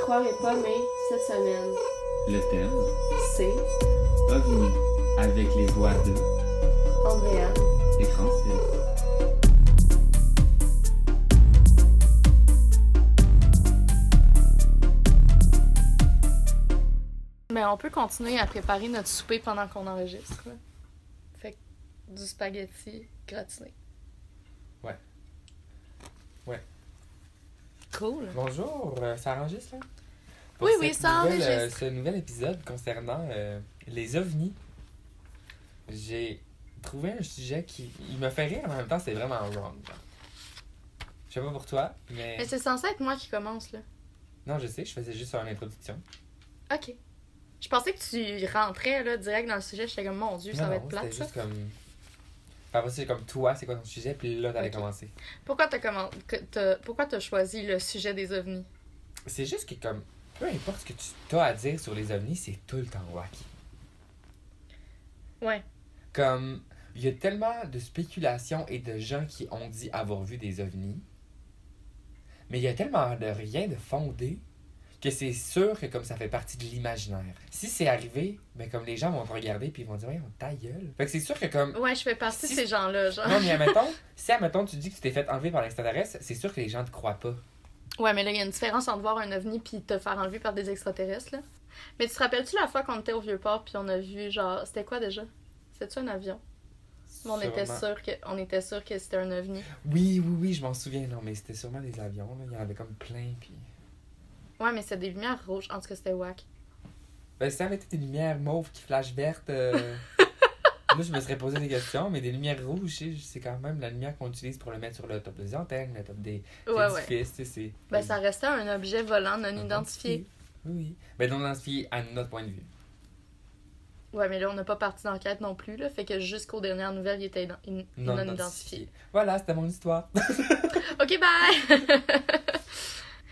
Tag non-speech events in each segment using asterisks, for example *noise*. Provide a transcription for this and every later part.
croirez pas, mais cette semaine, Le thème, c'est OVNI, avec les voix de Andréane. et Francis. Mais on peut continuer à préparer notre souper pendant qu'on enregistre. là. Fait que du spaghetti gratiné. Ouais. Ouais. Cool. Bonjour, euh, ça enregistre là? Oui, oui, cette ça nouvelle, euh, enregistre. ce nouvel épisode concernant euh, les ovnis, j'ai trouvé un sujet qui il me fait rire, mais en même temps, c'est vraiment wrong. genre. Je sais pas pour toi, mais. Mais c'est censé être moi qui commence là. Non, je sais, je faisais juste une introduction. Ok. Je pensais que tu rentrais là direct dans le sujet. J'étais comme mon dieu, ça non, va non, être plate C'était ça. juste comme. Après, c'est comme toi, c'est quoi ton sujet, puis là, t'allais Ok. commencer. Pourquoi t'as commen- que t'as- pourquoi t'as choisi le sujet des ovnis? C'est juste que, comme, peu importe ce que tu as à dire sur les ovnis, c'est tout le temps wacky. Ouais. Comme, il y a tellement de spéculations et de gens qui ont dit avoir vu des ovnis, mais il y a tellement de rien de fondé que c'est sûr que comme ça fait partie de l'imaginaire. Si c'est arrivé, ben comme les gens vont te regarder puis ils vont dire ouais, on ta gueule. Fait que c'est sûr que comme Ouais, je fais partie de Si- ces gens-là, genre. non mais admettons, si admettons tu dis que tu t'es fait enlever par l'extraterrestre, c'est sûr que les gens te croient pas. Ouais, mais là, il y a une différence entre voir un ovni puis te faire enlever par des extraterrestres, là. Mais tu te rappelles-tu la fois qu'on était au Vieux-Port puis on a vu, genre, c'était quoi déjà? C'était-tu un avion? Mais on était Sûrement. sûr que, on était sûr que c'était un ovni. Oui oui oui, je m'en souviens non mais c'était sûrement des avions là, il y en avait comme plein puis Ouais, mais c'était des lumières rouges. En tout cas, c'était whack. Ben, si ça avait été des lumières mauves qui flashent *laughs* vertes, euh, là, je me serais posé des questions, mais des lumières rouges, c'est- c'est quand même la lumière qu'on utilise pour le mettre sur le top des antennes, le top des Ouais, ouais. édifices, tu sais, c'est... Ben, ça restait un objet volant non c'est identifié. Oui, oui. Ben, non identifié à notre point de vue. Ouais, mais là, on n'a pas parti d'enquête non plus, là. Fait que jusqu'aux dernières nouvelles, il était in- in- non, Non, identifié. identifié. Voilà, c'était mon histoire. Ok, bye! *laughs*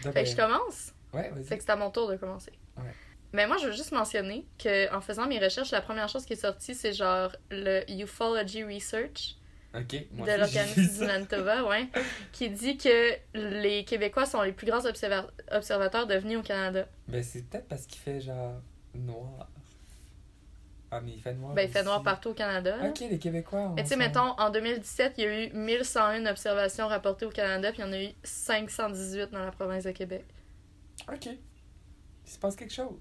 Donc, fait que je euh, commence. Ouais, Fait vas-y. que c'est à mon tour de commencer. Ouais. Mais moi, je veux juste mentionner que en faisant mes recherches, la première chose qui est sortie, c'est genre le Ufology Research OK, moi de aussi, j'ai vu l'organisme du ça. Manitoba, ouais, qui dit que les Québécois sont les plus grands observa- observateurs devenus au Canada. Ben, c'est peut-être parce qu'il fait, genre, noir. Ah, mais il fait noir ben, il fait aussi. noir partout au Canada. là. OK, les Québécois, on Ah. Mais tu sais, s'en- mettons, en 2017, il y a eu 1101 observations rapportées au Canada, puis il y en a eu 518 dans la province de Québec. OK. Il se passe quelque chose.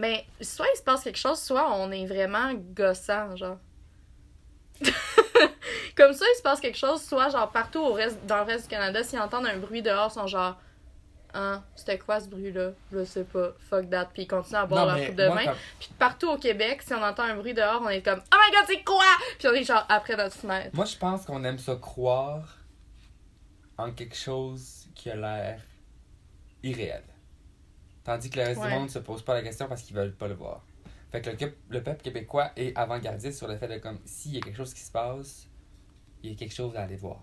Mais soit il se passe quelque chose, soit on est vraiment gossant, genre. *laughs* Comme ça, il se passe quelque chose, soit genre partout au reste, dans le reste du Canada, s'ils entendent un bruit dehors, ils sont genre. Hein, c'était quoi ce bruit-là? Je sais pas. Fuck that. Puis ils continuent à boire leur coupe de moi, vin. comme- Puis partout au Québec, si on entend un bruit dehors, on est comme Oh my god, c'est quoi? Puis on est genre après notre fenêtre. Moi, je pense qu'on aime ça croire en quelque chose qui a l'air irréel. Tandis que le reste Ouais. du monde se pose pas la question parce qu'ils veulent pas le voir. Fait que le, Qué- le peuple québécois est avant-gardiste sur le fait de comme s'il y a quelque chose qui se passe, il y a quelque chose à aller voir.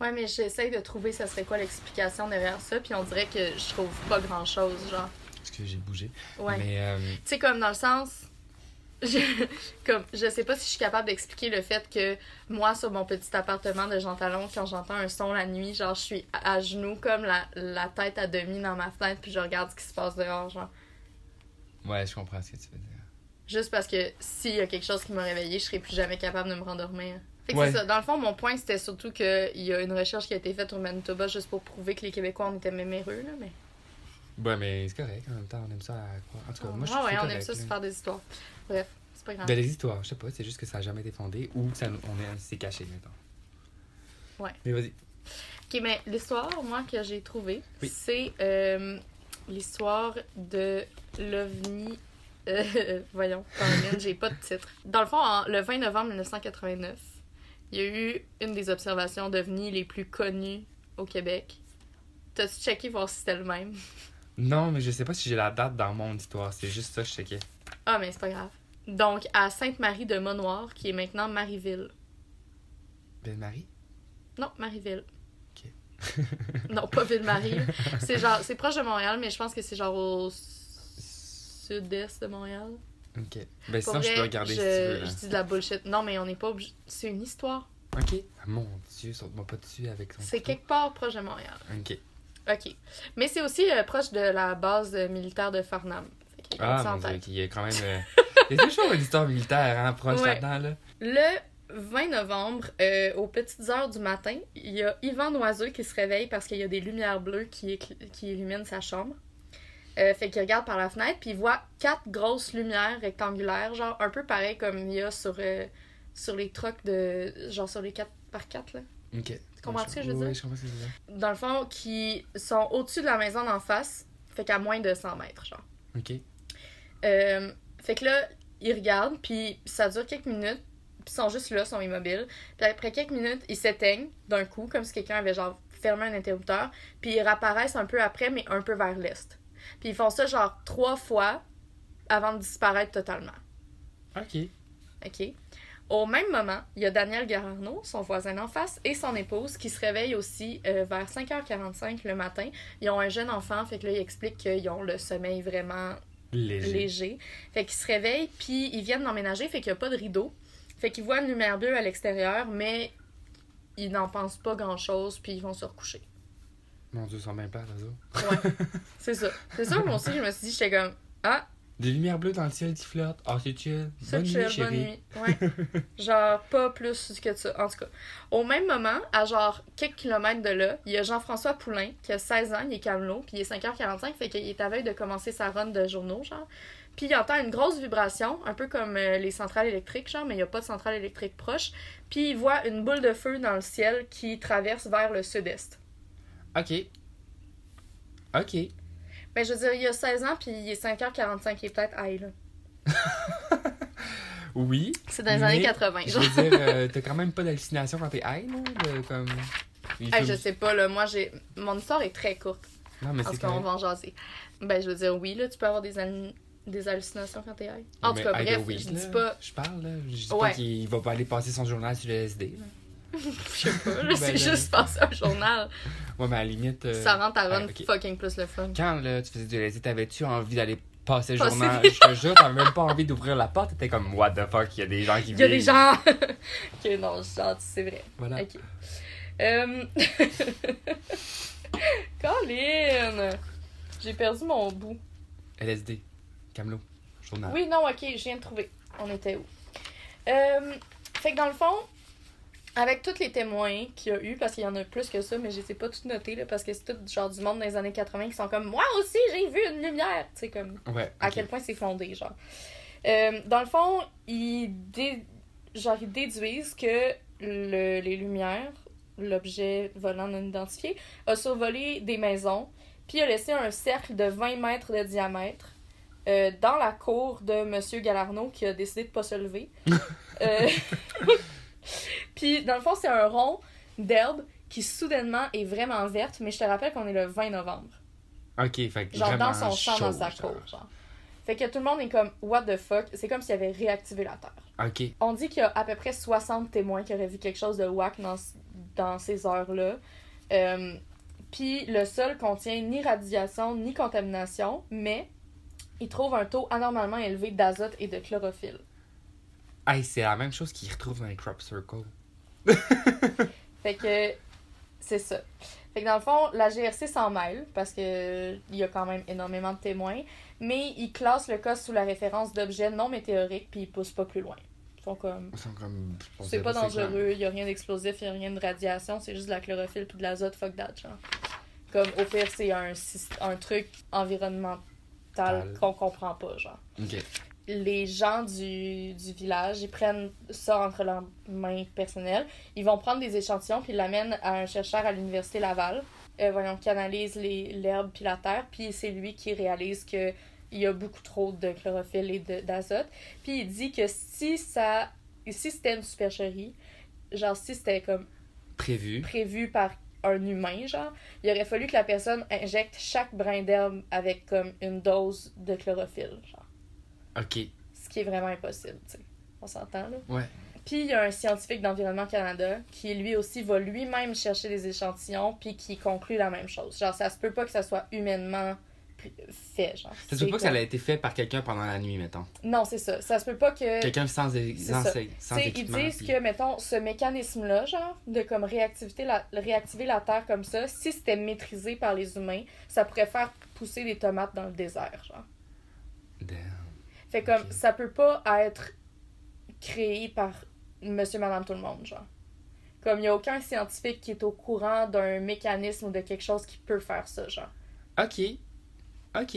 Ouais, mais j'essaye de trouver ça serait quoi l'explication derrière ça. Puis on dirait que je trouve pas grand-chose, genre. Parce que j'ai bougé. Ouais. Mais euh, Tu sais, comme dans le sens. Je, *laughs* comme, je sais pas si je suis capable d'expliquer le fait que moi, sur mon petit appartement de Jean Talon, quand j'entends un son la nuit, genre, je suis à, à genoux, comme la, la tête à demi dans ma fenêtre, puis je regarde ce qui se passe dehors, genre. ouais, je comprends ce que tu veux dire. Juste parce que s'il y a quelque chose qui m'a réveillée, je serais plus jamais capable de me rendormir. Fait que Ouais. c'est ça. Dans le fond, mon point, c'était surtout qu'il y a une recherche qui a été faite au Manitoba juste pour prouver que les Québécois, on était méméreux, là, mais. Ouais, mais c'est correct. En même temps, on aime ça à croire. En tout cas, moi, je Ouais, trouve Ah ouais, ça on aime correct, ça là. se faire des histoires. Bref, c'est pas grave. De Ben, les histoires, je sais pas, c'est juste que ça a jamais été fondé ou que ça nous- on est- c'est caché, maintenant. Ouais. Mais vas-y. Ok, mais l'histoire, moi, que j'ai trouvée, Oui. c'est euh, l'histoire de l'OVNI. euh, *laughs* voyons, Caroline, j'ai pas de titre. Dans le fond, en- le 20 novembre 1989, il y a eu une des observations d'OVNI les plus connues au Québec. T'as-tu checké voir si c'était le même? Non, mais je sais pas si j'ai la date dans mon histoire. C'est juste ça que je checkais. Ah, mais c'est pas grave. Donc, à Sainte-Marie-de-Monoir, qui est maintenant Marieville. Belle-Marie? Non, Marieville. Ok. non, pas Ville-Marie. C'est genre, c'est proche de Montréal, mais je pense que c'est genre au sud-est de Montréal. Ok. Ben Pour sinon, je vrai, peux regarder je, si tu veux. hein. là. je dis de la bullshit. Non, mais on n'est pas obligé. C'est une histoire. Ok. Ah, mon dieu, saute-moi pas dessus avec ton. C'est couteau. quelque part proche de Montréal. Ok. OK. Mais c'est aussi euh, proche de la base euh, militaire de Farnham. Fait qu'il y a ça Ah, en mon Dieu, tête. qu'il y a quand même. euh, *laughs* Il y a toujours une histoire militaire, hein, proche Ouais. là-dedans, là. Le 20 novembre, euh, aux petites heures du matin, il y a Yvan Noiseux qui se réveille parce qu'il y a des lumières bleues qui, écl- qui illuminent sa chambre. Euh, fait qu'il regarde par la fenêtre, puis il voit quatre grosses lumières rectangulaires, genre un peu pareil comme il y a sur, euh, sur les trucks de. genre sur les 4 par 4 là. Ok. Tu comprends ce que je veux dire? je comprends ce que je veux dire. Dans le fond, qui sont au-dessus de la maison d'en face, fait qu'à moins de 100 mètres, genre. Ok. Euh, fait que là, ils regardent, puis ça dure quelques minutes, puis ils sont juste là, ils sont immobiles. Puis après quelques minutes, ils s'éteignent d'un coup, comme si quelqu'un avait genre fermé un interrupteur, puis ils réapparaissent un peu après, mais un peu vers l'est. Puis ils font ça genre trois fois avant de disparaître totalement. Ok. OK? Au même moment, il y a Daniel Garano, son voisin d'en face, et son épouse qui se réveillent aussi euh, vers 5h45 le matin. Ils ont un jeune enfant, fait que là, ils expliquent qu'ils ont le sommeil vraiment Léger. léger. Fait qu'ils se réveillent, puis ils viennent d'emménager, fait qu'il n'y a pas de rideau. Fait qu'ils voient une lumière bleue à l'extérieur, mais ils n'en pensent pas grand-chose, puis ils vont se recoucher. Mon Dieu, ils sont bien plats, les autres. C'est ça. C'est ça, moi aussi, je me suis dit, j'étais comme, ah, Des lumières bleues dans le ciel qui flottent. Ah, c'est chill. ça, Bonne chill, nuit, bonne chérie. nuit. Ouais. *laughs* genre, pas plus que ça. En tout cas, au même moment, à genre quelques kilomètres de là, il y a Jean-François Poulain, qui a 16 ans, il est camelot, puis il est 5h45, fait qu'il est à veille de commencer sa run de journaux, genre. Puis il entend une grosse vibration, un peu comme euh, les centrales électriques, genre, mais il n'y a pas de centrale électrique proche. Puis il voit une boule de feu dans le ciel qui traverse vers le sud-est. Ok. Ok. Ben, je veux dire, il a 16 ans, puis il est 5h45, il est peut-être high, là. Oui. C'est dans les Mais années 80, Je genre. veux dire, *laughs* euh, t'as quand même pas d'hallucination quand t'es high, là. de- comme. Les Hey, je films- sais pas, là, moi, j'ai... Mon histoire est très courte. Non, mais Parce Ah, c'est qu'on quand même. va en jaser. Ben, je veux dire, oui, là, tu peux avoir des, hallu- des hallucinations quand t'es high. En tout Mais cas, either bref, way, je là, dis pas. *laughs* Je parle, là. Je dis Ouais. pas qu'il va pas aller passer son journal sur le SD, là. Je sais pas, là, Ben, c'est là. juste passer un journal. Ouais, mais à la limite. euh, Ça rend ta run ouais, ok. fucking plus le fun. Quand là, tu faisais du LSD, t'avais-tu envie d'aller passer le Passer journal? des Je te jure, t'avais même pas envie d'ouvrir la porte. T'étais comme, what the fuck, il y a des gens qui Il y a des vivent. gens. *laughs* ok, non, je chante, c'est vrai. Voilà. Ok. Euh... *laughs* Colin! J'ai perdu mon bout. LSD, Camelot, journal. Oui, non, ok, je viens de trouver. On était où? Euh, fait que dans le fond, avec tous les témoins qu'il y a eu, parce qu'il y en a plus que ça, mais je les ai pas toutes notées, là, parce que c'est tout genre du monde dans les années 80 qui sont comme Moi aussi, j'ai vu une lumière! Tu sais, comme Ouais. à ok. quel point c'est fondé, genre. Euh, dans le fond, ils, dé- genre, ils déduisent que le- les lumières, l'objet volant non identifié, a survolé des maisons, puis a laissé un cercle de 20 mètres de diamètre euh, dans la cour de Monsieur Galarno qui a décidé de pas se lever. Euh, *laughs* puis, dans le fond, c'est un rond d'herbe qui soudainement est vraiment verte, mais je te rappelle qu'on est le 20 novembre Ok, fait que genre dans vraiment son champ, dans sa chaud, cour. Genre. Fait que tout le monde est comme What the fuck? C'est comme s'il avait réactivé la Terre. genre. Ok. On dit qu'il y a à peu près 60 témoins qui auraient vu quelque chose de whack dans, c- dans ces heures-là. Euh, Puis le sol contient ni radiation ni contamination, mais il trouve un taux anormalement élevé d'azote et de chlorophylle. Hey, c'est la même chose qu'ils retrouvent dans les crop circles. Fait que c'est ça. Fait que dans le fond, la GRC s'en mêle parce que euh, il y a quand même énormément de témoins, mais ils classent le cas sous la référence d'objets non météoriques puis ils poussent pas plus loin. Ils sont comme Ils sont comme. on sait c'est pas quoi. dangereux, il y a rien d'explosif, il y a rien de radiation, c'est juste de la chlorophylle puis de l'azote, fuck that genre. Comme au pire, c'est un, syst- un truc environnemental Tal. qu'on comprend pas genre. Ok. Les gens du, du village, ils prennent ça entre leurs mains personnelles ils vont prendre des échantillons puis ils l'amènent à un chercheur à l'université Laval, euh, voyons, qui analyse les- l'herbe puis la terre, puis c'est lui qui réalise que il y a beaucoup trop de chlorophylle et de- d'azote. Puis il dit que si ça, si c'était une supercherie, genre si c'était comme Prévu. prévu par un humain, genre, il aurait fallu que la personne injecte chaque brin d'herbe avec comme une dose de chlorophylle, genre. Ok. Ce qui est vraiment impossible, tu sais. On s'entend, là? Ouais. Puis il y a un scientifique d'Environnement Canada qui lui aussi va lui-même chercher des échantillons puis qui conclut la même chose. Genre ça se peut pas que ça soit humainement puis fait, genre. Ça se C'est peut pas que ça comme- a été fait par quelqu'un pendant la nuit, mettons. Non, c'est ça. Ça se peut pas que. Quelqu'un sans, é- Euh, c'est sans, ça. sé- sans Tu sais, ils équipement. disent puis- que, mettons, ce mécanisme-là, genre, de comme réactivité la- réactiver la Terre comme ça, si c'était maîtrisé par les humains, ça pourrait faire pousser des tomates dans le désert, genre. Damn. Fait comme, Ok. ça peut pas être créé par monsieur, madame, tout le monde, genre. Comme, il n'y a aucun scientifique qui est au courant d'un mécanisme ou de quelque chose qui peut faire ça, genre. Ok. Ok.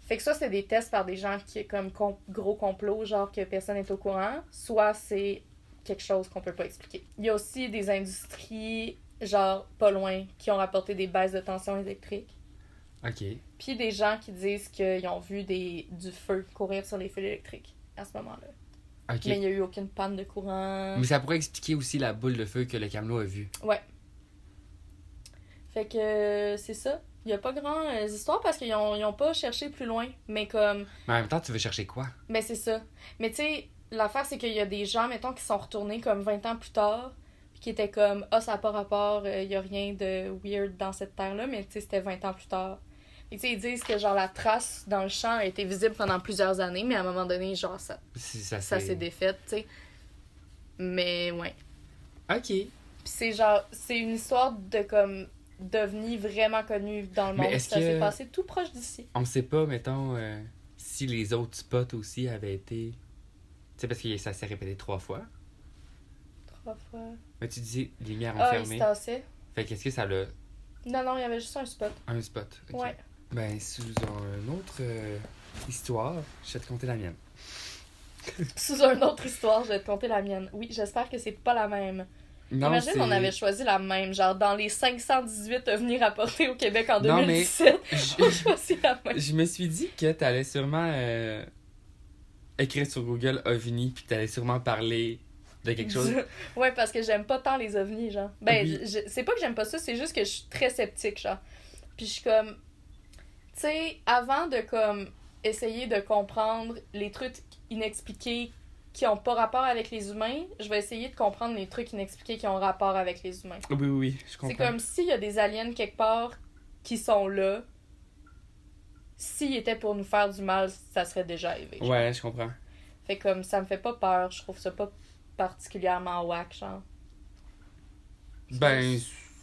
Fait que soit c'est des tests par des gens qui est comme com- gros complot, genre que personne n'est au courant, soit c'est quelque chose qu'on peut pas expliquer. Il y a aussi des industries, genre pas loin, qui ont rapporté des baisses de tension électrique. Ok. Puis des gens qui disent qu'ils ont vu des, du feu courir sur les fils électriques à ce moment-là. Ok. Mais il Mais... n'y a eu aucune panne de courant. ça pourrait expliquer aussi la boule de feu que le camelot a vue. Fait que euh, c'est ça. Il n'y a pas grand euh, histoire parce qu'ils ont, ils ont pas cherché plus loin. Mais comme Mais en même temps, tu veux chercher quoi? Mais c'est ça. Mais tu sais, l'affaire, c'est qu'il y a des gens, mettons, qui sont retournés comme 20 ans plus tard, puis qui étaient comme, ah, ça n'a pas rapport, il n'y a rien de weird dans cette terre-là, mais tu sais, c'était 20 ans plus tard. Et tu sais, ils disent que genre la trace dans le champ a été visible pendant plusieurs années, mais à un moment donné, genre, ça, Si ça ça s'est- s'est défaite, tu sais. Mais ouais. Ok. Puis c'est genre, c'est une histoire de comme devenir vraiment connue dans le Mais monde. est-ce Ça s'est que- passé tout proche d'ici. On sait pas, mettons, euh, si les autres spots aussi avaient été. Tu sais, parce que ça s'est répété trois fois. Trois fois. Mais tu dis, les lumières ont Ah, il se fermé. tassait. Fait qu'est-ce que ça a Non, non, il y avait juste un spot. un spot? ok. Ouais. *laughs* Ben, sous une autre euh, histoire, je vais te conter la mienne. Sous une autre histoire, je vais te conter la mienne. Oui, j'espère que c'est pas la même. Imagine, c'est- on avait choisi la même. Genre, dans les 518 ovnis rapportés au Québec en Non, mais- 2017, on Je- choisit la même. Je me suis dit que t'allais sûrement euh, écrire sur Google OVNI, puis t'allais sûrement parler de quelque chose. *laughs* ouais, parce que j'aime pas tant les ovnis, genre. Ben, Oui. je- c'est pas que j'aime pas ça, c'est juste que je suis très sceptique, genre. Puis je suis comme. Tu sais, avant de comme essayer de comprendre les trucs inexpliqués qui ont pas rapport avec les humains, je vais essayer de comprendre les trucs inexpliqués qui ont rapport avec les humains. Oui, oui, oui, je comprends. C'est comme s'il y a des aliens quelque part qui sont là. S'ils étaient pour nous faire du mal, ça serait déjà arrivé. genre. Ouais, je comprends. Fait comme ça me fait pas peur, je trouve ça pas particulièrement whack, genre. Ben,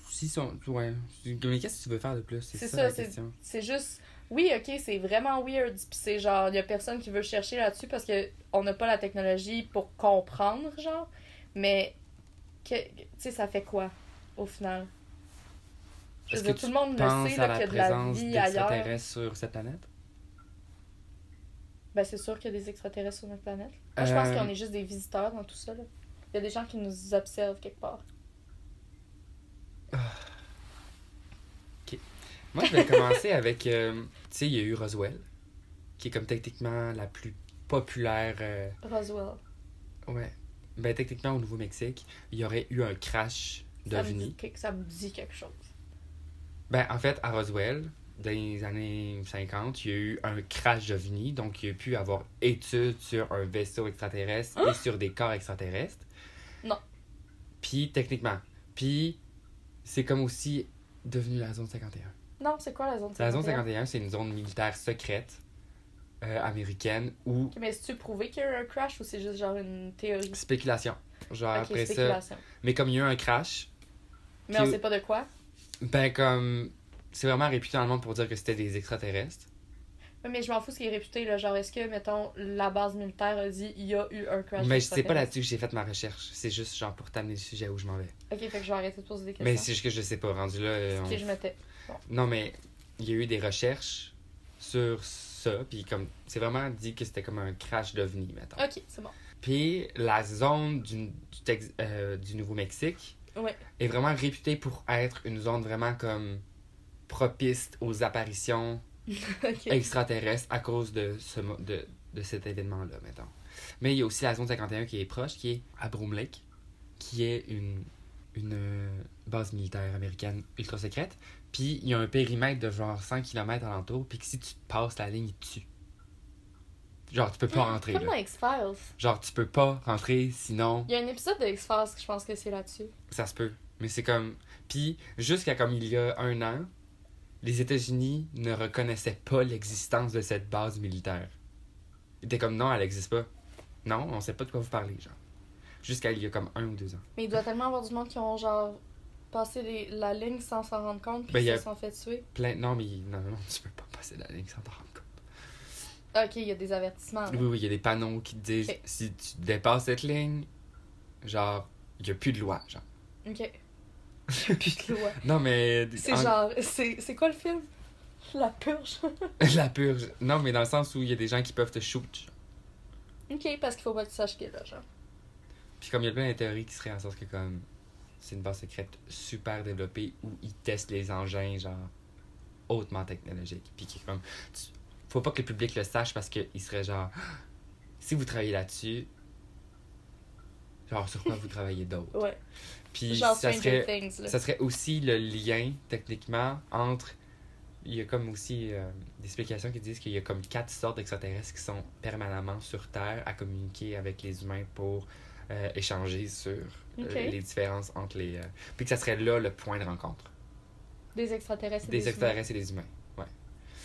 si sont. Ouais. Mais qu'est-ce que tu veux faire de plus? C'est C'est ça, ça, la question. C'est juste, oui, ok, c'est vraiment weird, pis c'est genre, y a personne qui veut chercher là-dessus parce que on n'a pas la technologie pour comprendre, genre. Mais, que- tu sais, ça fait quoi, au final? Je Est-ce veux que dire, tout tu le monde le penses sait, à là, la qu'il y a de la présence vie ailleurs. d'extraterrestres sur cette planète? Ben, c'est sûr qu'il y a des extraterrestres sur notre planète. Moi, je pense Euh, qu'on est juste des visiteurs dans tout ça. Là. Il y a des gens qui nous observent quelque part. Moi, je vais commencer avec. euh, tu sais, il y a eu Roswell, qui est comme techniquement la plus populaire. euh, Roswell. ouais. Ben, techniquement, au Nouveau-Mexique, il y aurait eu un crash Ça me, dit d'OVNI. quelque, ça me dit quelque chose. Ben, en fait, à Roswell, dans les années 50, il y a eu un crash d'OVNI, donc il y a pu avoir études sur un vaisseau extraterrestre et sur des corps extraterrestres. Ah! Non. Puis, techniquement. Puis, c'est comme aussi devenu la zone 51. Non, c'est quoi la zone 51? La zone 51, c'est une zone militaire secrète euh, américaine ou Ok, mais est-ce que tu prouvé qu'il y a eu un crash ou c'est juste genre une théorie? spéculation. Genre Ok, après ça. spéculation. Mais comme il y a eu un crash, Mais on Puis- sait pas de quoi. ben comme. C'est vraiment réputé dans le monde pour dire que c'était des extraterrestres. Ouais, Mais je m'en fous ce qui est réputé. Là. Genre, est-ce que, mettons, la base militaire a dit il y a eu un crash? mais je sais pas d'extraterrestres? là-dessus que j'ai fait ma recherche. C'est juste genre pour t'amener le sujet où je m'en vais. Ok, fait que je vais arrêter de poser des Mais questions. c'est juste que je sais pas. Rendu là. euh, on- Ok, je me tais. Non, mais il y a eu des recherches sur ça. Puis comme. C'est vraiment dit que c'était comme un crash d'OVNI, mettons. Ok, c'est *laughs* bon. Puis la zone du, du, Tex- euh, du Nouveau-Mexique Ouais. est vraiment réputée pour être une zone vraiment comme propice aux apparitions Ok. extraterrestres à cause de, ce, mo- de, de cet événement-là, mettons. Mais il y a aussi la zone 51 qui est proche, qui est à Broom Lake, qui est une, une euh, base militaire américaine ultra secrète. Puis il y a un périmètre de genre 100 km alentour, puis que si tu te passes la ligne, tu tues. Genre, tu peux pas rentrer. Comme là. dans X-Files. Genre, tu peux pas rentrer, sinon, Il y a un épisode de X-Files que je pense que c'est là-dessus. ça se peut. Mais c'est comme. Puis, jusqu'à comme il y a un an, les États-Unis ne reconnaissaient pas l'existence de cette base militaire. Ils étaient comme non, elle n'existe pas. Non, on sait pas de quoi vous parlez, genre. Jusqu'à il y a comme un ou deux ans. Mais il doit tellement avoir du monde qui ont genre passé les- la ligne sans s'en rendre compte puis Ben, qui y a- se sont fait tuer. Plein... Non, mais non, non, non, tu peux pas passer la ligne sans t'en rendre compte. Ok, il y a des avertissements. là. Oui, oui, il y a des panneaux qui te disent Ah. Ok. si tu dépasses cette ligne, genre, il y a plus de loi, genre. *laughs* Ok. Puis- Je vois. non, mais. C'est en- genre. C'est c'est quoi le film La purge. *laughs* La purge. Non, mais dans le sens où il y a des gens qui peuvent te shoot. genre. ok, parce qu'il faut pas que tu saches qu'il est là, genre. Puis comme il y a plein de théories qui seraient en sorte que, comme, c'est une base secrète super développée où ils testent les engins, genre, hautement technologiques. Puis qui, est comme. tu- Faut pas que le public le sache parce qu'ils seraient genre. *gasps* Si vous travaillez là-dessus, genre, *laughs* sur quoi vous travaillez d'autre? Ouais. Puis genre ça Stranger serait. Things, là. Ça serait aussi le lien, techniquement, entre. Il y a comme aussi euh, des spéculations qui disent qu'il y a comme quatre sortes d'extraterrestres qui sont permanemment sur Terre à communiquer avec les humains pour euh, échanger sur euh, Ok. les différences entre les. euh, puis que ça serait là le point de rencontre Des extraterrestres. et des humains. extraterrestres et des humains.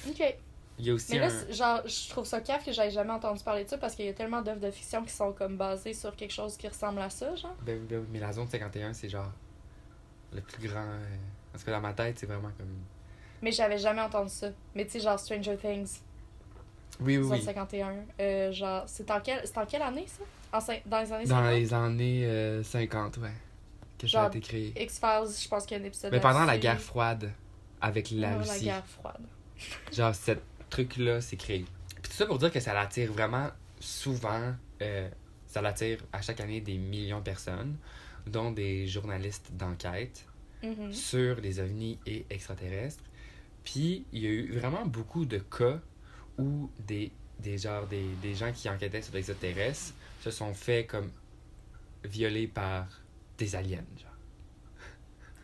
Ok. Il y a aussi Mais là, un. c'est- genre, je trouve ça caf que j'avais jamais entendu parler de ça parce qu'il y a tellement d'œuvres de fiction qui sont comme basées sur quelque chose qui ressemble à ça, genre. Ben oui, ben oui, mais la zone 51, c'est genre le plus grand. euh, Parce que dans ma tête, c'est vraiment comme. Mais j'avais jamais entendu ça. Mais tu sais, genre Stranger Things, Oui, oui, oui. 151. Euh, genre, c'est en, quel... c'est en quelle année ça En cin- Dans les années 50 Dans les années euh, 50, ouais. Que ça a Genre, été créé. X-Files, je pense qu'il y a un épisode. Mais Ben, pendant la là-dessus. guerre froide avec la Pendant la Russie, guerre froide. genre, ce truc-là s'est créé. Puis tout ça pour dire que ça l'attire vraiment souvent, euh, ça l'attire à chaque année des millions de personnes, dont des journalistes d'enquête Mhm. sur les ovnis et extraterrestres. Puis il y a eu vraiment beaucoup de cas où des, des, genres- des, des gens qui enquêtaient sur les extraterrestres se sont fait comme violer par des aliens,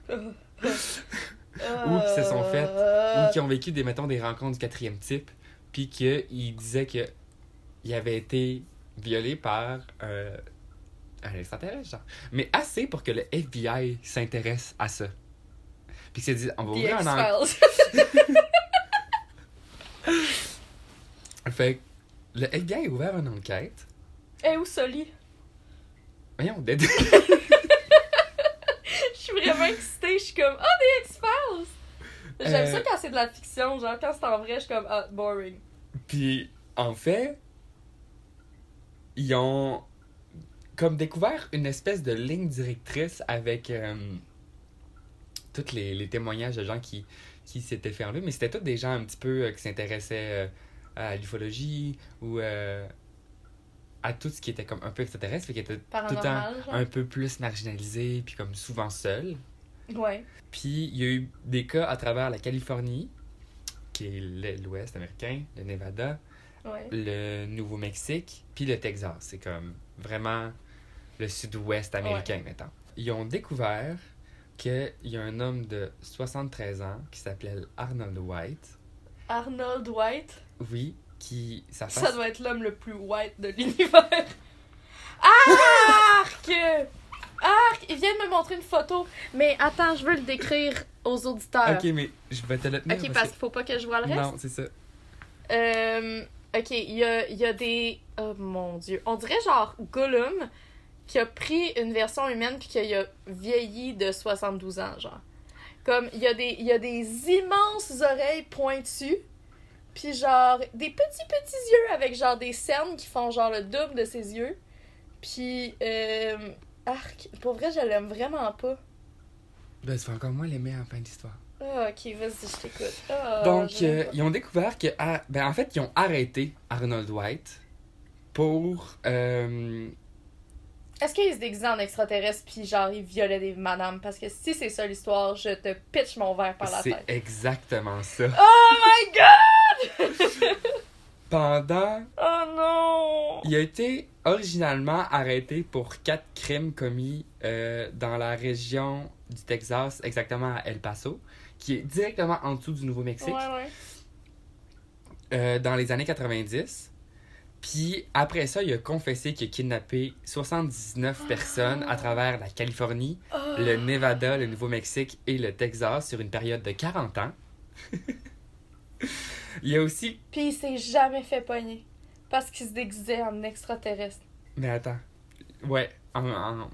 genre. Ou qui se sont faites- Euh, ou qui ont vécu des mettons des rencontres du quatrième type puis qu'ils disaient que il avait été violé par euh, un extraterrestre genre. mais assez pour que le FBI s'intéresse à ça puis qu'ils se disent on va The ouvrir un enquête X-Files. fait que le FBI a ouvert une enquête *laughs* Eh, où Soli voyons Dead *laughs* Je suis vraiment excitée, je suis comme, oh, des X-Files J'aime Euh. ça quand c'est de la fiction, genre, quand c'est en vrai, je suis comme, ah, boring. puis en fait ils ont comme découvert une espèce de ligne directrice avec euh, tous les, les témoignages de gens qui, qui s'étaient fait enlever, mais c'était tous des gens un petit peu euh, qui s'intéressaient euh, à l'ufologie ou euh, à tout ce qui était comme un peu extraterrestre, fait qu'ils étaient tout le temps Paranormal, genre. un peu plus marginalisés, puis comme souvent seuls. Ouais. Puis il y a eu des cas à travers la Californie, qui est l'e- l'Ouest américain, le Nevada, Ouais. le Nouveau-Mexique, puis le Texas. C'est comme vraiment le sud-ouest américain, maintenant. Ils ont découvert qu'il y a un homme de 73 ans qui s'appelle Arnold White. Arnold White. Oui, qui. Sa face, Ça doit être l'homme le plus white de l'univers. *laughs* Arc! Arc! Il vient de me montrer une photo. Mais attends, je veux le décrire aux auditeurs. Ok, mais je vais te le tenir. Ok, parce parce qu'il faut pas que je vois que- le reste. Non, c'est ça. Euh, ok, il y a, il y a des. Oh mon dieu. On dirait genre Gollum qui a pris une version humaine puis qui a vieilli de 72 ans, genre. Comme, il y, a des, il y a des immenses oreilles pointues, puis genre des petits petits yeux avec genre des cernes qui font genre le double de ses yeux. Puis, euh, arc, pour vrai, je l'aime vraiment pas. Ben, c'est encore moins les meilleurs en fin d'histoire. Ah, ok, vas-y, je t'écoute. Ah, Donc, je l'aime euh, pas. ils ont découvert que. ah, ben, en fait, ils ont arrêté Arnold White pour. euh, Est-ce qu'il se déguisait en extraterrestre puis genre il violait des madames? Parce que si c'est ça l'histoire, je te pitch mon verre par la c'est tête. exactement ça. Oh my god! *laughs* Pendant Oh non! Il a été originalement arrêté pour quatre crimes commis euh, dans la région du Texas, exactement à El Paso, qui est directement en dessous du Nouveau-Mexique, Ouais, ouais. euh, dans les années 90. Puis après ça, il a confessé qu'il a kidnappé Ah. 79 personnes à travers la Californie, Oh. le Nevada, le Nouveau-Mexique et le Texas sur une période de 40 ans. *laughs* Il y a aussi. Puis il s'est jamais fait pogner. Parce qu'il se déguisait en extraterrestre. Mais attends. Ouais, en, en-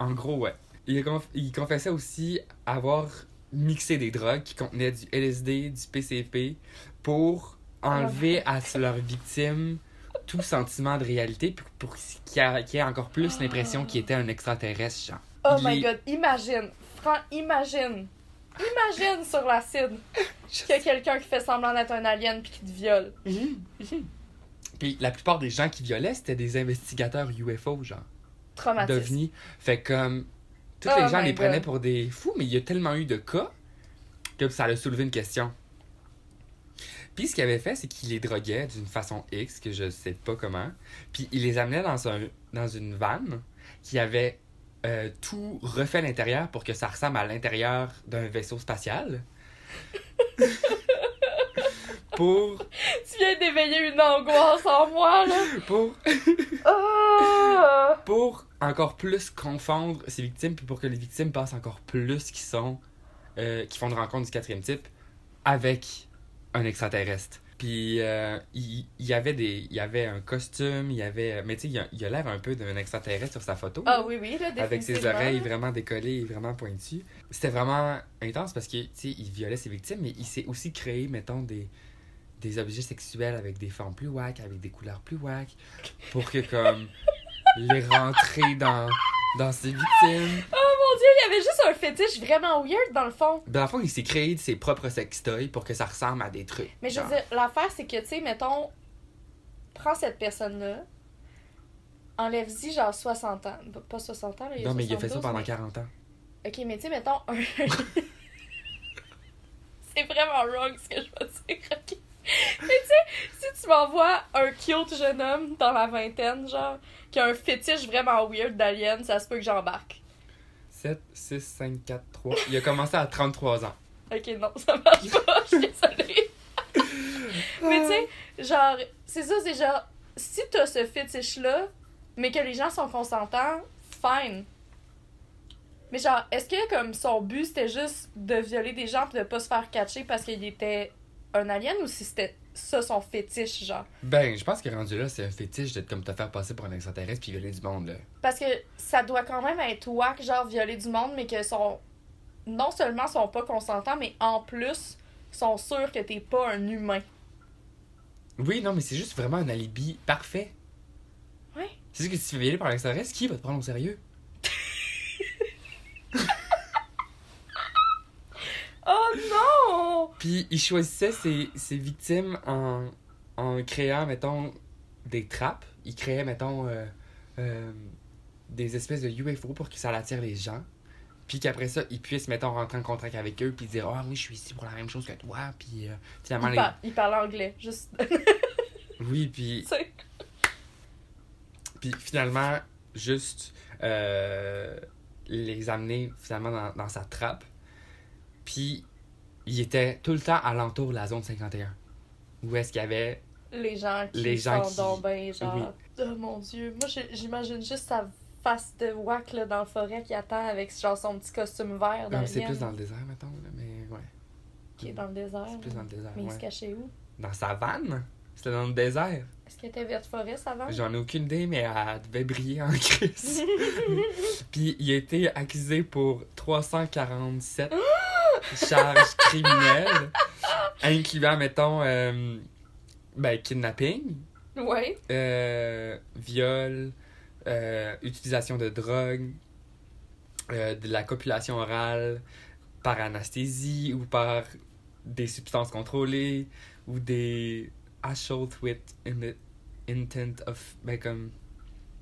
en gros, ouais. Il, conf- il confessait aussi avoir mixé des drogues qui contenaient du LSD, du PCP, pour enlever à leurs victimes tout sentiment de réalité, puis pour qu'il y a- qu'il y ait encore plus l'impression qu'il était un extraterrestre, genre. Oh Il my est- god, imagine. Fran imagine. Imagine sur *laughs* l'acide qu'il y a quelqu'un qui fait semblant d'être un alien puis qui te viole. Puis la plupart des gens qui violaient, c'était des investigateurs UFO, genre. Traumatisme. devenus. Fait comme. Tous Oh les gens my les prenaient God. pour des fous, mais il y a tellement eu de cas que ça a soulevé une question. Puis ce qu'il avait fait, c'est qu'il les droguait d'une façon X, que je sais pas comment. Puis il les amenait dans, un, dans une vanne qui avait euh, tout refait à l'intérieur pour que ça ressemble à l'intérieur d'un *laughs* vaisseau spatial. pour. *laughs* Tu viens d'éveiller une angoisse en moi, *laughs* là. pour Oh! pour encore plus confondre ces victimes, puis pour que les victimes passent encore plus qui sont, euh, qui font une rencontre du quatrième type avec un extraterrestre. Puis euh, il il y, avait des, il y avait un costume, il y avait, mais tu sais, il y a, il y a l'air un peu d'un extraterrestre sur sa photo. Ah oui, oui, là, Avec ses définitivement. oreilles vraiment décollées et vraiment pointues. C'était vraiment intense parce que, tu sais, il violait ses victimes, mais il s'est aussi créé, mettons, des, des objets sexuels avec des formes plus whack, avec des couleurs plus whack, pour que, *laughs* comme, les rentrer dans, dans ses victimes. Mon dieu, il y avait juste un fétiche vraiment weird dans le fond. Dans le fond, il s'est créé de ses propres sextoys pour que ça ressemble à des trucs. Mais je veux genre. dire, l'affaire, c'est que, tu sais, mettons, prends cette personne-là, enlève-y genre 60 ans. B- Pas 60 ans, là, il y a Non, mais il a fait ça 72, pendant mais- 40 ans. Ok, mais tu sais, mettons, un. *laughs* c'est vraiment wrong ce que je veux dire, ok? *laughs* Mais tu sais, si tu m'envoies un cute jeune homme dans la vingtaine, genre, qui a un fétiche vraiment weird d'alien, ça se peut que j'embarque. 7, 6, 5, 4, 3. Il a commencé à 33 ans. Ok, non, ça marche pas, *laughs* je suis désolée. mais tu sais, genre, c'est ça, c'est genre, si t'as ce fétiche-là, mais que les gens sont consentants, fine. Mais genre, est-ce que comme son but c'était juste de violer des gens pis de pas se faire catcher parce qu'il était un alien ou si c'était ça son fétiche, genre? Ben, je pense que rendu là, c'est un fétiche de comme te faire passer pour un extraterrestre puis violer du monde, là. Parce que ça doit quand même être wack, genre violer du monde, mais que sont. Non seulement sont pas consentants, mais en plus sont sûrs que t'es pas un humain. Oui, non, mais c'est juste vraiment un alibi parfait. Ouais. C'est juste que si tu fais violer par l'extraterrestre, qui va te prendre au sérieux? Oh non! Puis il choisissait ses, ses victimes en, en créant, mettons, des trappes. Il créait, mettons, euh, euh, des espèces de UFO pour que ça attire les gens. Puis qu'après ça, ils puissent, mettons, rentrer en contact avec eux, puis dire, ah oui, je suis ici pour la même chose que toi, puis euh, finalement, Il, les- par- il parle anglais, juste. *laughs* Oui, puis tu sais. Puis finalement, juste euh, les amener finalement dans, dans sa trappe. Puis il était tout le temps alentour de la zone 51. Où est-ce qu'il y avait. les gens qui Les gens sont donc qui- ben, genre. Oh mon dieu, moi j'ai- j'imagine juste sa face de wack là, dans la forêt qui attend avec genre son petit costume vert dans, Non, euh, c'est plus dans le désert, mettons, là, mais ouais. qui est dans le désert. C'est plus dans le désert. Mais il ouais. se cachait où Dans sa vanne C'était dans le désert. Est-ce qu'il était verte forêt avant J'en ai aucune idée, mais elle devait briller en *laughs* crise. Puis il a été accusé pour 347 charges criminelles, incluant, mettons, euh, ben, kidnapping, Ouais. euh, viol, euh, utilisation de drogue, euh, de la copulation orale par anesthésie ou par des substances contrôlées ou des assault with in the intent of ben comme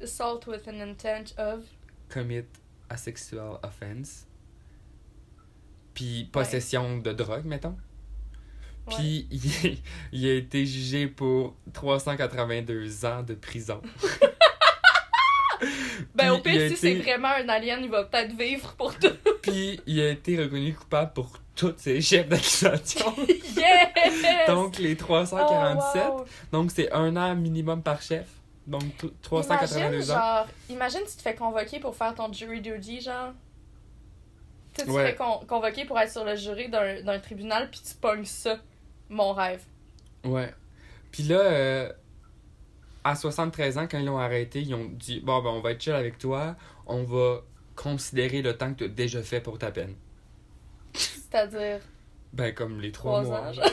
Assault with an intent of. commit a sexual offense puis possession de drogue mettons Ouais. puis *laughs* il, il a été jugé pour 382 ans de prison Ben au Puis, il a pire, si c'est été- vraiment un alien, il va peut-être vivre pour tout. Puis il a été reconnu coupable pour tous ses *laughs* chefs d'accusation. *laughs* yes! donc les Oh, 347. wow. Donc c'est un an minimum par chef. Donc t- 382 imagine, ans. Genre, imagine tu te fais convoquer pour faire ton jury duty, genre. T'es- Toi, tu Ouais. fais con- convoquer pour être sur le jury d'un d'un tribunal, puis tu pognes ça, mon rêve. Ouais. Puis là, euh, à 73 ans, quand ils l'ont arrêté, ils ont dit Bon, ben, on va être chill avec toi, on va considérer le temps que tu as déjà fait pour ta peine. C'est-à-dire *laughs* Ben, comme les trois trois mois. ans, genre.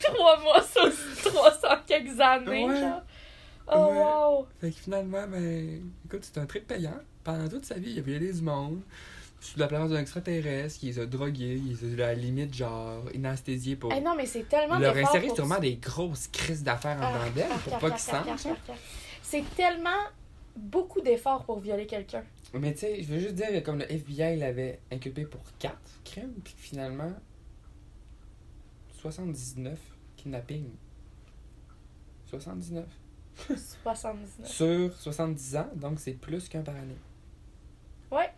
Trois mois sur 300 quelques années, Ouais. genre. Oh, Ouais. wow! Fait que finalement, ben, écoute, c'est un trip payant. Pendant toute sa vie, il a violé du monde. Sous la présence d'un extraterrestre, il les a drogués, il les a à la limite, genre, inanesthésiés pour. Eh non, mais c'est tellement leur d'efforts insérer pour sûrement des grosses crises d'affaires en Ah, dedans d'elle ah, pour car, pas car, qu'ils hein. car, sentent. car, car. C'est tellement beaucoup d'efforts pour violer *laughs* quelqu'un. Mais tu sais, je veux juste dire que comme le FBI l'avait inculpé pour 4 crimes, puis que finalement, 79 kidnappings. 79. 79. Sur 70 ans, donc c'est plus qu'un par année. Ouais.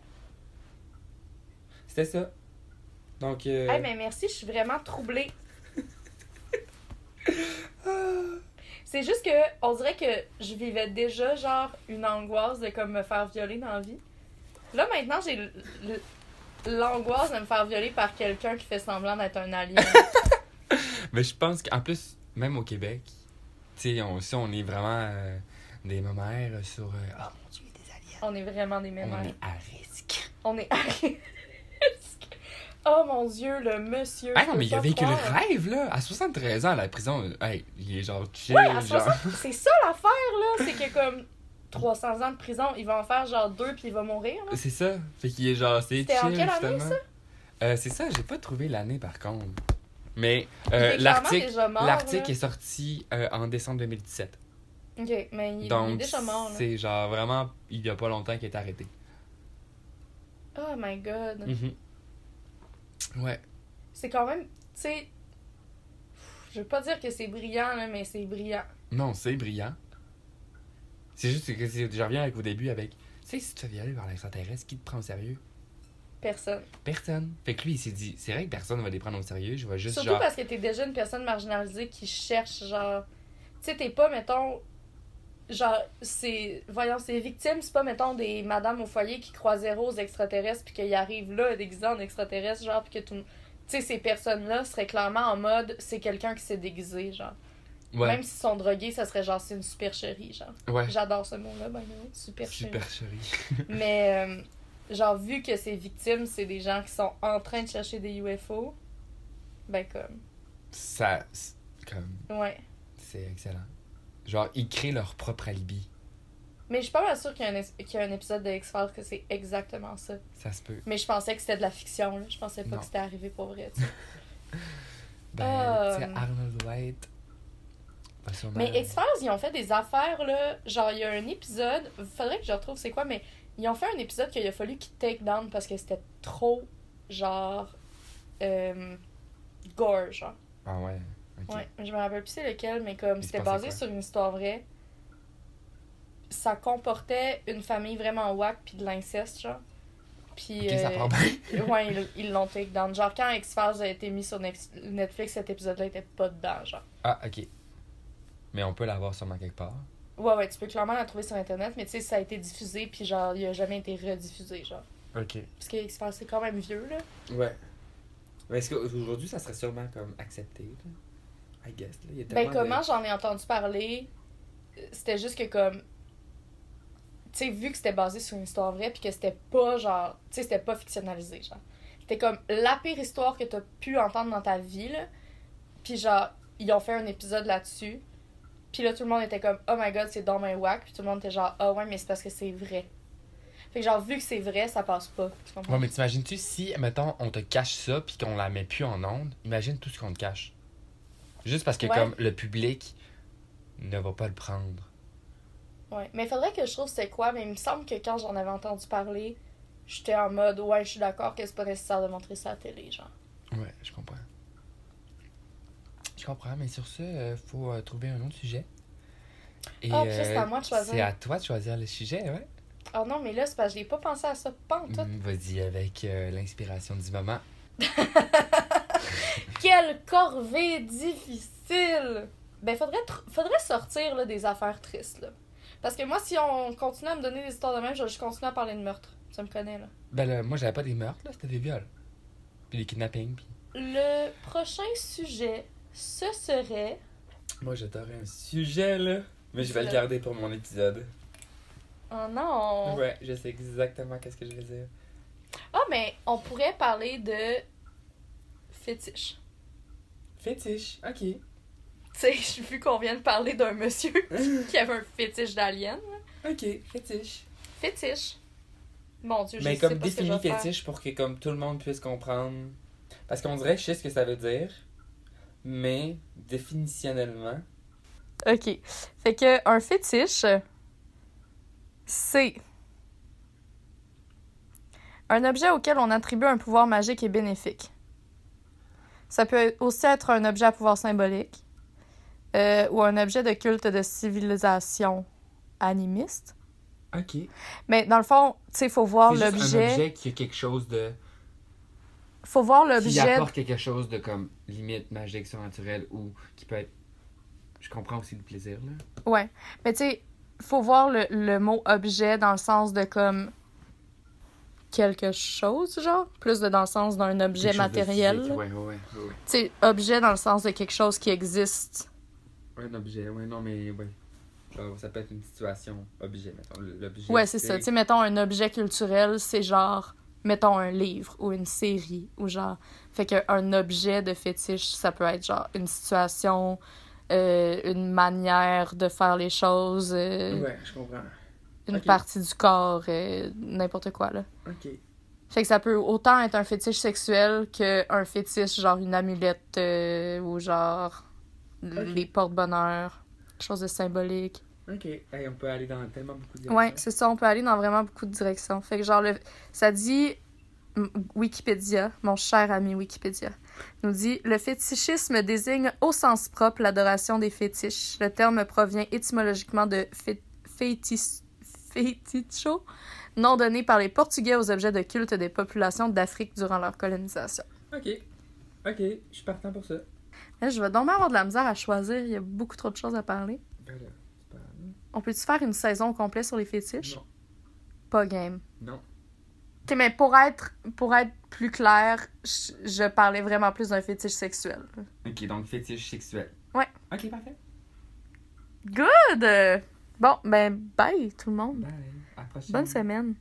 C'était ça. Donc, euh, Eh mais merci, je suis vraiment *laughs* troublée. C'est juste que on dirait que je vivais déjà genre une angoisse de comme me faire violer dans la vie. Là maintenant, j'ai l- l- l'angoisse de me faire violer par quelqu'un qui fait semblant d'être un alien. *laughs* Mais je pense qu'en plus, même au Québec, tu sais, on, si on est vraiment euh, des mamères sur. euh, Ah, mon Dieu, des aliens. on est vraiment des On mémoires. est à risque. On est à risque. Oh mon dieu, le monsieur. Ah je non, peux mais il a pas vécu croire. le rêve, là. À 73 ans, à la prison, euh, hey, il est genre chill. Ouais, à genre. 60, c'est ça l'affaire, là. C'est que comme 300 ans de prison, il va en faire genre deux puis il va mourir. là. C'est ça. Fait qu'il est genre, c'est chill, C'était en quelle année, justement. Euh, c'est ça, j'ai pas trouvé l'année par contre. Mais Il euh, est clairement l'article déjà mort, l'article là. est sorti euh, en décembre 2017. Ok, mais il, il est Donc, déjà mort, là. c'est genre vraiment, il y a pas longtemps qu'il est arrêté. Oh my god. Mm. Ouais. C'est quand même, tu sais. Je veux pas dire que c'est brillant, là, mais c'est brillant. Non, c'est brillant. C'est juste que c'est- je reviens avec au début avec. Tu sais, si tu te fais violer par l'extraterrestre, qui te prend au sérieux Personne. Personne. Fait que lui, il s'est dit, c'est vrai que personne va les prendre au sérieux, je vais juste Surtout genre. parce que t'es déjà une personne marginalisée qui cherche, genre. Tu sais, t'es pas, mettons. Genre, c'est. Voyons, ces victimes, c'est pas, mettons, des madames au foyer qui croient zéro aux extraterrestres, puis qu'ils arrivent là, déguisés en extraterrestres, genre, puis que tout. le- Tu sais, ces personnes-là seraient clairement en mode, c'est quelqu'un qui s'est déguisé, genre. Ouais, Même s'ils sont drogués, ça serait genre, c'est une supercherie, genre. ouais. J'adore ce mot-là, ben oui, supercherie. Super chérie. *laughs* Mais, euh, genre, vu que ces victimes, c'est des gens qui sont en train de chercher des UFO, ben comme. Ça. c'est Comme. Ouais. C'est excellent. Genre, ils créent leur propre alibi. Mais je suis pas mal sûre qu'il y, a un es- qu'il y a un épisode de X-Files que c'est exactement ça. Ça se peut. Mais je pensais que c'était de la fiction, là. Je pensais pas Non. que c'était arrivé pour vrai, tu sais. Ben, Euh. tu sais, Arnold White. va sûrement- Mais X-Files, ils ont fait des affaires, là. Genre, il y a un épisode, faudrait que je retrouve c'est quoi, mais ils ont fait un épisode qu'il a fallu qu'ils take down parce que c'était trop, genre, euh, gore, genre. Ah ouais. ok. Ouais, je me rappelle plus c'est lequel, mais comme Il se c'était passait basé quoi? sur une histoire vraie, ça comportait une famille vraiment whack puis de l'inceste, genre. Puis, Ok, ça euh, *laughs* part bien. ouais, ils- ils l'ont take down. Genre, quand X-Files a été mis sur Nex- Netflix, cet épisode-là était pas dedans, genre. Ah, ok. Mais on peut l'avoir sûrement quelque part. Ouais, ouais, tu peux clairement la trouver sur Internet, mais tu sais, ça a été diffusé, puis genre, il a jamais été rediffusé, genre. Ok. Parce que X-Files, c'est quand même vieux, là. Ouais. Mais est-ce qu'aujourd'hui, ça serait sûrement comme accepté, là? I guess, là. Il y a Ben, tellement comment de- j'en ai entendu parler, euh, c'était juste que, comme. Tu sais, vu que c'était basé sur une histoire vraie, puis que c'était pas genre. Tu sais, c'était pas fictionnalisé, genre. C'était comme la pire histoire que t'as pu entendre dans ta vie, là. Puis, genre, ils ont fait un épisode là-dessus. Puis là, tout le monde était comme, oh my god, c'est dans my whack. Puis tout le monde était genre, ah ouais, mais c'est parce que c'est vrai. Fait que, genre, vu que c'est vrai, ça passe pas. Tu comprends? Ouais, mais t'imagines-tu si, mettons, on te cache ça puis qu'on la met plus en onde, imagine tout ce qu'on te cache. Juste parce que, Ouais. comme, le public ne va pas le prendre. Ouais, mais faudrait que je trouve c'est quoi, mais il me semble que quand j'en avais entendu parler, j'étais en mode ouais, je suis d'accord que c'est pas nécessaire de montrer ça à la télé, genre. Ouais, je comprends. Je comprends, mais sur ce, euh, faut euh, trouver un autre sujet. Et, euh, Ah, puis ça, c'est à moi de choisir. C'est à toi de choisir le sujet, ouais. Oh non, mais là, c'est parce que j'ai pas pensé à ça pantoute. Mm, Vas-y, avec euh, l'inspiration du moment. Quelle corvée difficile! Ben, faudrait, tr- faudrait sortir là, des affaires tristes, là. Parce que moi, si on continue à me donner des histoires de même, je vais juste continuer à parler de meurtre. Tu Ça me connaît, là. Ben là, moi, j'avais pas des meurtres, là, c'était des viols. Puis des kidnappings, puis... Le prochain sujet, ce serait. Moi, je t'aurais un sujet, là. Mais je vais le garder pour mon épisode. Oh non! Ouais, je sais exactement qu'est-ce que je vais dire. Ah, mais on pourrait parler de. fétiche. Fétiche, ok. Tu sais, *laughs* j'ai vu qu'on vient de parler d'un monsieur *laughs* qui avait un fétiche d'alien. Ok, fétiche. Fétiche. Mon dieu, je Mais sais comme pas ce que je définis vais faire. fétiche pour que comme tout le monde puisse comprendre. Parce qu'on dirait que je sais ce que ça veut dire. Mais définitionnellement, OK. Fait que un fétiche, c'est un objet auquel on attribue un pouvoir magique et bénéfique. Ça peut aussi être un objet à pouvoir symbolique euh, ou un objet de culte de civilisation animiste. OK. Mais dans le fond, tu sais, faut voir C'est juste un l'objet. objet qui a quelque chose de... Faut voir Qui l'objet. apporte quelque chose de, comme, limite magique, surnaturel, ou qui peut être... Je comprends aussi le plaisir, là. Ouais. Mais tu sais, faut voir le, le mot objet dans le sens de comme quelque chose, genre, plus de dans le sens d'un objet Quelque chose de matériel. physique, là. Ouais, ouais, ouais, ouais. Tu sais, objet dans le sens de quelque chose qui existe. Un objet, ouais, non, mais ouais. Genre, ça peut être une situation, objet, mettons. L'objet. Ouais, c'est ça. Tu sais, mettons un objet culturel, c'est genre, mettons un livre ou une série ou genre. Fait qu'un objet de fétiche, ça peut être genre une situation, euh, une manière de faire les choses, euh, Ouais, je comprends. une ok. partie du corps, euh, n'importe quoi, là. Ok. Fait que ça peut autant être un fétiche sexuel qu'un fétiche, genre une amulette euh, ou genre les porte-bonheur, quelque chose de symbolique. Ok. Hey, on peut aller dans tellement beaucoup de Ouais, c'est ça, on peut aller dans vraiment beaucoup de directions. Fait que genre, le... ça dit M- Wikipédia, mon cher ami Wikipédia, nous dit Le fétichisme désigne au sens propre l'adoration des fétiches. Le terme provient étymologiquement de fé- fétis- féticho, nom donné par les Portugais aux objets de culte des populations d'Afrique durant leur colonisation. Ok. Ok, je suis partant pour ça. Là, Eh, je vais donc avoir de la misère à choisir, il y a beaucoup trop de choses à parler. Ben Voilà, c'est pas grave. On peut-tu faire une saison complète sur les fétiches Non. Pas game. Non. T'sais, mais pour être, pour être plus clair, je, je parlais vraiment plus d'un fétiche sexuel. OK, donc fétiche sexuel. Ouais. OK, parfait. Good! Bon, ben, bye tout le monde. Bye. À la prochaine. Bonne semaine.